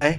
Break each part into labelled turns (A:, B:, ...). A: 哎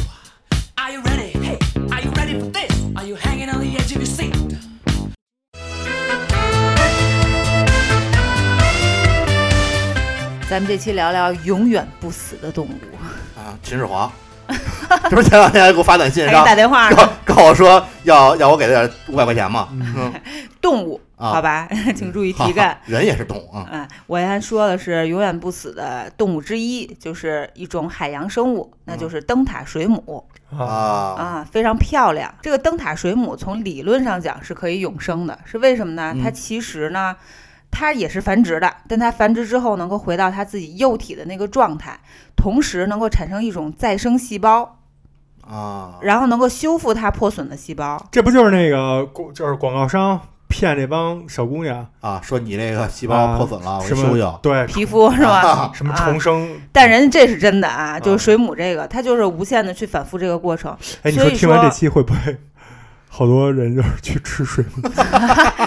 B: Are you ready? Hey, are you ready for this? Are you hanging on the edge of your seat?
C: 咱们这期聊聊永远不死的动物。
A: 啊，秦始皇， 这不是前两天还给我发短信，
C: 还给
A: 让
C: 打电话呢，
A: 告告我说要要我给他五百块钱嘛？嗯，
C: 动物，
A: 啊
C: 好吧， 请注意题干。
A: 人也是动物啊，
C: 嗯，我先说的是永远不死的动物之一，就是一种海洋生物，那就是灯塔水母、
A: 啊，
C: 啊，非常漂亮。这个灯塔水母从理论上讲是可以永生的，是为什么呢？
A: 嗯
C: 它其实呢，它也是繁殖的，但它繁殖之后能够回到它自己幼体的那个状态，同时能够产生一种再生细胞，
A: 啊，
C: 然后能够修复它破损的细胞。
D: 这不就是那个广，就是广告商骗这帮小姑娘
A: 啊，说你那个细胞破损了，我给
D: 什
A: 修
D: 么
A: 修。
D: 对
C: 皮肤 是吧？
D: 什么
C: 啊
D: 重生？
C: 但人家这是真的啊，就
D: 啊
C: 是水母这个，它就是无限的去反复这个 过程，
D: 哎，你
C: 所
D: 说
C: 以
D: 听完
C: 说
D: 这期会不会好多人就是去吃水母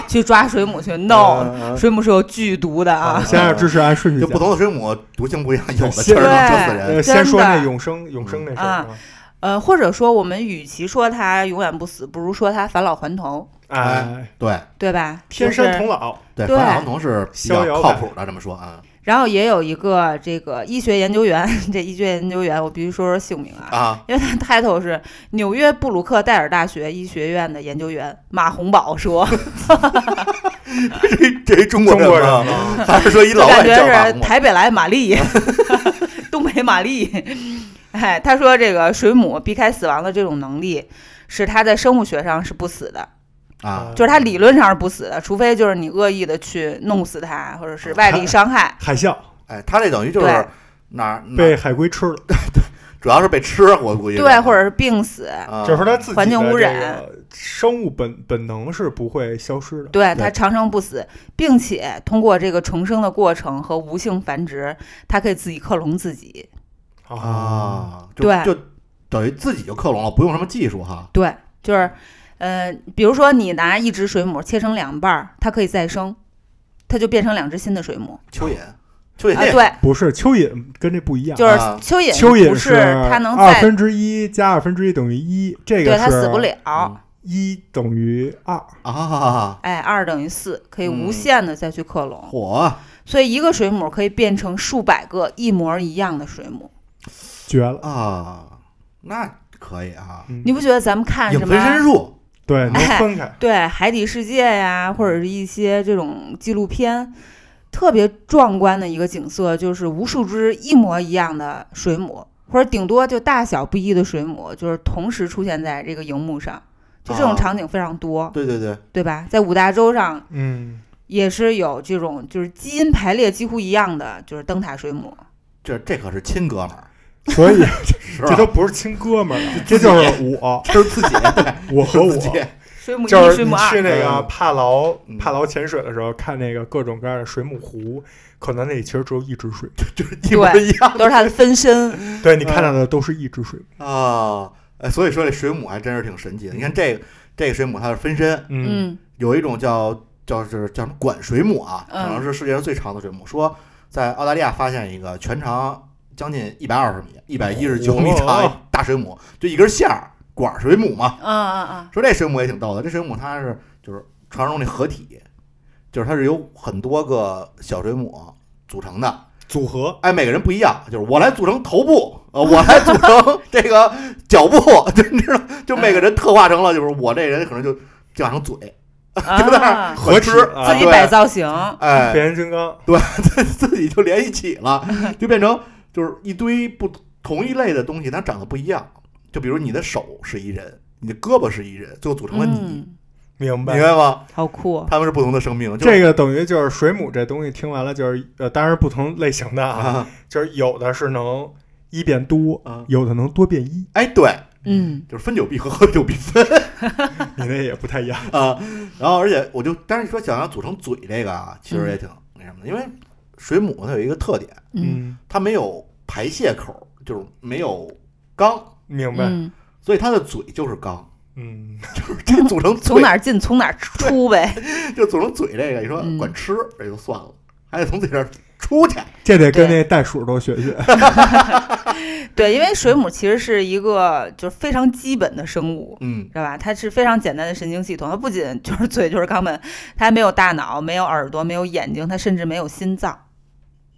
C: 去抓水母去
A: 啊
C: 弄。
A: 呃
D: 嗯嗯
C: 水母是有剧毒的啊
D: 嗯！先按知识按顺序
A: 就
D: 讲，
A: 不同的水母毒性不一样，有的
D: 对
A: 确实能蛰死人
D: 呃，先说
C: 真的嗯
D: 那永生永生那事儿啊
C: 呃，或者说我们与其说它永远不死，不如说它返老还童，
D: 哎，
A: 对
C: 对吧？
D: 天
C: 就是
D: 山童姥，
A: 对，
C: 对
A: 反黄酮是比较
D: 逍遥
A: 靠
D: 感
A: 谱的，这么说啊
C: 然后也有一个这个医学研究员， 这医学研究员我必须说说姓名啊，
A: 啊，
C: 因为他 title 是纽约布鲁克戴尔大学医学院的研究员马洪 宝说，
A: 这这一中国
D: 中国
A: 人
D: 人
A: 吗？
D: 啊。
A: 还是说一老
C: 感
A: 外
C: 觉
A: 叫法
C: 是
A: 吗？
C: 台北来玛 丽， 东北玛丽。哎，他说这个水母避开死亡的这种能力，使它在生物学上是不死的。
A: 啊，
C: 就是它理论上是不死的，除非就是你恶意的去弄死它，或者是外力伤害
D: 海啸
A: 哎，他这等于就是
C: 对
A: 哪儿哪
D: 被
A: 儿，
D: 海龟吃了，
A: 主要是被吃，我估计是
C: 对，或者是病死，
A: 啊
D: 就是说它自己的
C: 环境污染
D: 这个生物本本能是不会消失的。
C: 对
A: 对
C: 它长生不死，并且通过这个重生的过程和无性繁殖，它可以自己克隆自己。
A: 啊，就
C: 对
A: 就等于自己就克隆了，不用什么技术哈。
C: 对，就是，呃，比如说你拿一只水母切成两半儿，它可以再生，它就变成两只新的水母
A: 蚯蚓，蚯蚓
C: 啊。
A: 那也
C: 对，
D: 不是蚯蚓跟这不一样，
C: 就是
A: 啊
C: 蚯蚓，
D: 蚯蚓
C: 不是它能
D: 二
C: 再，
D: 分之一加二分之一等于一，这个
C: 对
D: 是嗯
C: 它死不了。
D: 一等于二，
A: 啊，
C: 哎，二等于四，可以
A: 嗯
C: 无限的再去克隆。
A: 火
C: 所以一个水母可以变成数百个一模一样的水母，
D: 绝了！
A: 啊，那可以啊。
D: 嗯
C: 你不觉得咱们看
A: 影
C: 什
A: 分身
C: 么？
A: 术
D: 对，能
C: 哎
D: 分开，
C: 对《海底世界》呀，或者是一些这种纪录片，特别壮观的一个景色，就是无数只一模一样的水母，或者顶多就大小不一的水母，就是同时出现在这个荧幕上，就这
A: 啊
C: 种场景非常多，
A: 对对对，
C: 对吧？在五大洲上
D: 嗯，
C: 也是有这种，就是基因排列几乎一样的，就是灯塔水母。
A: 这这可是亲哥们儿，
D: 所 以
A: 是吧
D: 这都不是亲哥们儿了，这就是我，
A: 这是自己，对
D: 我和我
A: 自。己
C: 水母 一
D: 就、是
C: 水
D: 你
C: 母二
D: 去，那个
A: 嗯
D: 帕劳
A: 嗯
D: 帕劳潜水的时候，看那个各种各样的水母湖，可能那里其实只有一只水嗯母，
A: 就是一模一样
C: 都是它的分身。
D: 对你看到的都是一只水母。
A: 啊。哎，所以说这水母还真是挺神奇的。你看这个这个水母，它是分身，
D: 嗯，
C: 嗯
A: 有一种叫叫是叫什么管水母啊，可
C: 嗯
A: 能是世界上最长的水母。说在澳大利亚发现一个全长将近一百二十米、一百一十九米长一
D: 哦
A: 大水母，就一根线儿管水母嘛。
C: 嗯嗯嗯，
A: 说这水母也挺逗的，这水母它是就是传说中那合体，就是它是由很多个小水母组成的，
D: 组合
A: 哎，每个人不一样，就是我来组成头部，呃，我来组成这个脚部， 就你知道，就每个人特化成了，就是我这人可能就长成嘴， 就在那儿
C: 啊，
A: 合吃，
D: 合体
A: 啊
C: 自己
A: 对
C: 摆造型，
D: 啊
A: 哎，
D: 变形金刚，
A: 自己就连一起了，就变成就是一堆不同一类的东西，它长得不一样。就比如你的手是一人，你的胳膊是一人，最后组成了你，
C: 嗯，
D: 明
A: 明白吗？
C: 好酷，
A: 他们是不同的生命。就
D: 这个等于就是水母这东西，听完了就是呃，当然不同类型的啊，
A: 啊，
D: 就是有的是能一变多，
A: 啊
D: 有的能多变一，
A: 哎，对，
C: 嗯
A: 就是分久必合，合久必分
D: 你那也不太一样。
A: 啊。然后而且我就，但是你说想要组成嘴这个啊，其实也挺那什么的，因为水母它有一个特点，
C: 嗯，
A: 它没有排泄口，就是没有肛，
D: 明白。
C: 嗯，
A: 所以它的嘴就是肛，
D: 嗯，
A: 就是这组成
C: 从
A: 嘴
C: 哪儿进从哪儿出呗。
A: 就组成嘴这个，你说
C: 嗯
A: 管吃也就算了，还得从嘴这儿出去。
D: 这得跟那袋鼠都学学。
C: 对，因为水母其实是一个就是非常基本的生物，
A: 嗯，
C: 知道吧？它是非常简单的神经系统，它不仅 就是嘴，就是肛门，它还没有大脑，没有耳朵，没有眼睛，它甚至没有心脏。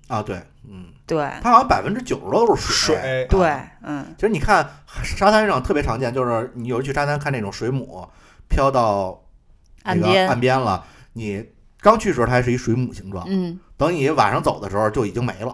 A: 啊对，嗯，
C: 对
A: 它好像百分之九十都是水
D: 水
A: 啊
C: 对，嗯
A: 其实你看沙滩上特别常见，就是你有时去沙滩看那种水母飘到那
C: 岸
A: 个
C: 边
A: 岸边了，你刚去的时候它还是一水母形状，
C: 嗯，
A: 等你晚上走的时候就已经没了，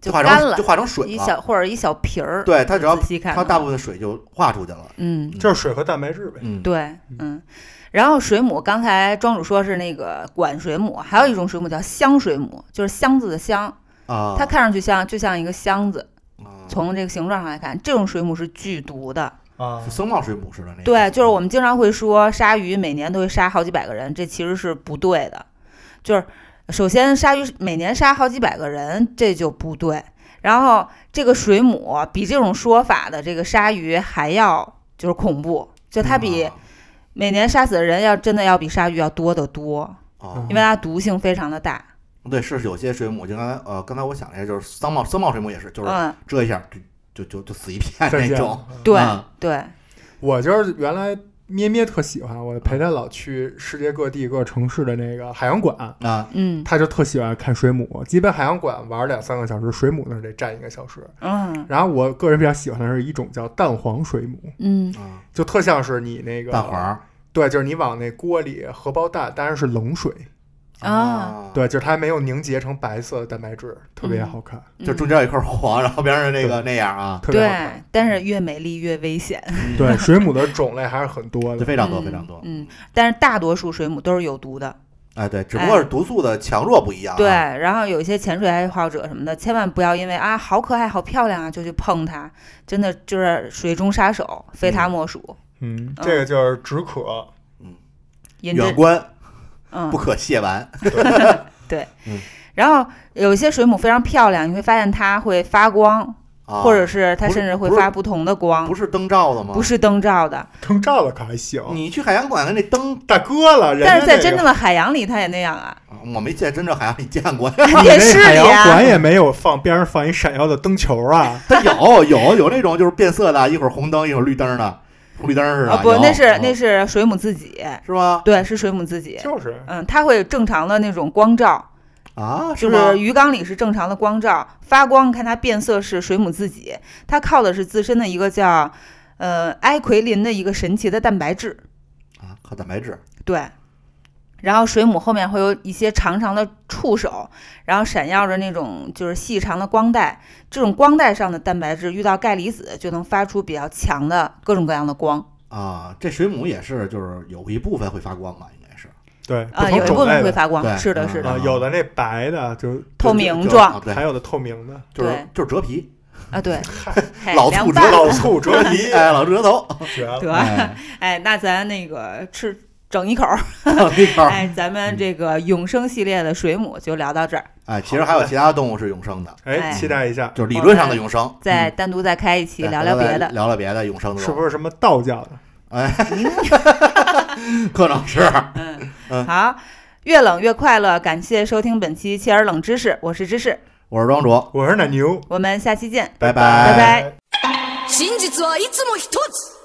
C: 就
A: 化
C: 干
A: 成
C: 了
A: 就，化成水
C: 一
A: 了。
C: 小或者一小瓶儿。
A: 对，它只要
C: 仔细看
A: 它
C: 的
A: 大
C: 话
A: 部分水就化出去了。
C: 嗯，
D: 就是水和蛋白质呗。
A: 嗯，
C: 对，嗯。然后水母，刚才庄主说是那个管水母，还有一种水母叫香水母，就是箱子的箱，
A: 啊，
C: 它看上去像就像一个箱子，
A: 啊
C: 从这个形状上来看，这种水母是剧毒的。
D: 啊
A: 就僧帽水母似的那个。
C: 对，就是我们经常会说鲨鱼每年都会杀好几百个人，这其实是不对的。就是首先，鲨鱼每年杀好几百个人，这就不对。然后这个水母比这种说法的这个鲨鱼还要就是恐怖，就它比
A: 啊
C: 每年杀死的人要真的要比鲨鱼要多得多，
A: 哦
C: 嗯因为它毒性非常的大。
A: 对，是有些水母，就刚才呃，刚才我想了一下，就是桑帽桑帽水母也是，就是
C: 嗯，
A: 蛰一下就就就就死一片
D: 再
A: 那
D: 见
A: 种。
D: 了。
C: 对
A: 啊
C: 对，
D: 我就是原来咩咩特喜欢，我陪他老去世界各地各城市的那个海洋馆，
A: 啊
C: 嗯
D: 他就特喜欢看水母。基本海洋馆玩两三个小时，水母那儿得站一个小时。
C: 嗯
D: 然后我个人比较喜欢的是一种叫蛋黄水母，
C: 嗯
A: 啊，
D: 就特像是你那个
A: 蛋黄，儿
D: 对，就是你往那锅里荷包蛋，当然是冷水，
C: 啊，
D: 对，就是它没有凝结成白色的蛋白质，特别
C: 嗯
D: 好看，
A: 就中间有一块黄，然后边上那个那样啊，
D: 特别好看
C: 对。，但是越美丽越危险。
D: 对，水母的种类还是很多
A: 就
D: 的。
A: 非常多
C: 嗯
A: 非常多。
C: 嗯，但是大多数水母都是有毒的。
A: 哎，对，只不过是毒素的强弱不一样啊。
C: 对，然后有一些潜水爱好者什么的，千万不要因为啊好可爱、好漂亮啊就去碰它，真的就是水中杀手，非它莫属。
D: 嗯，这个就是止渴，
C: 饮
A: 远
C: 鸩，
A: 观
C: 嗯
A: 不，可亵玩。
C: 然后有一些水母非常漂亮，你会发现它会发光，
A: 啊，
C: 或者是它
A: 不是
C: 甚至会
A: 不是
C: 发不同的光，
A: 不是灯罩的吗？哦
C: 不，是灯罩的。
D: 灯罩了可还行。
A: 你去海洋馆跟那灯，
D: 大哥了，人家
C: 但是在
D: 那
C: 真正
D: 个
C: 的海洋里，它也那 样啊，
A: 啊我没见真正海洋里见过。
D: 你那
C: 电视
D: 海
C: 里
D: 洋
C: 啊
D: 馆，也没有放边上放一闪耀的灯球 啊，
A: 它有有有那种就是变色的，一会儿红灯，一会儿绿灯的，红绿灯似的。
C: 啊不，
A: 有
C: 那是
A: 啊
C: 那是水母自己，
A: 是吗？
C: 对，是水母自己。
D: 就是
C: 嗯，它会正常的那种光照，
A: 啊，
C: 就是
A: 吗
C: 是？鱼缸里是正常的光照发光，看它变色是水母自己，它靠的是自身的一个叫呃埃奎林的一个神奇的蛋白质，
A: 啊，靠蛋白质。
C: 对。然后水母后面会有一些长长的触手，然后闪耀着那种就是细长的光带，这种光带上的蛋白质遇到钙离子就能发出比较强的各种各样的光，
A: 啊，这水母也是，就是有一部分会发光吧，应该是
D: 对，不
C: 啊，
D: 同
C: 有一部
D: 种类
C: 分
D: 的
C: 会发光
A: 对，
C: 是的，
A: 嗯
C: 是的，
D: 啊，有的那白的就
C: 透
A: 就
C: 明
A: 就
C: 状
A: 啊对
D: 还，有的透明的，
A: 就是
C: 对
A: 就是折皮，
C: 啊，对，嘿
A: 老
C: 凉
A: 兔
C: 拌
A: 折
D: 老嗯醋折 皮
A: 皮，哎，老折头，
D: 绝了。
C: 得，
A: 哎，
C: 哎，那咱那个吃整一口。
A: 那块儿，
C: 哎，咱们这个永生系列的水母就聊到这儿，
A: 哎，其实还有其他动物是永生的，
D: 哎，
C: 哎
D: 期待一下，
A: 就是理论上的永生，
C: 再单独再开一期
A: 对
C: 聊聊别的。
A: 聊聊别的永生的
D: 是
A: 动物，
D: 不是什么道教的？
A: 可能是嗯
C: 好，越冷越快乐，感谢收听本期《切尔冷知识》，我是芝士，
A: 我是庄主，
D: 我是奶牛，
C: 我们下期见。
A: 拜
C: 拜拜
D: 拜。
E: 真実はいつも一つ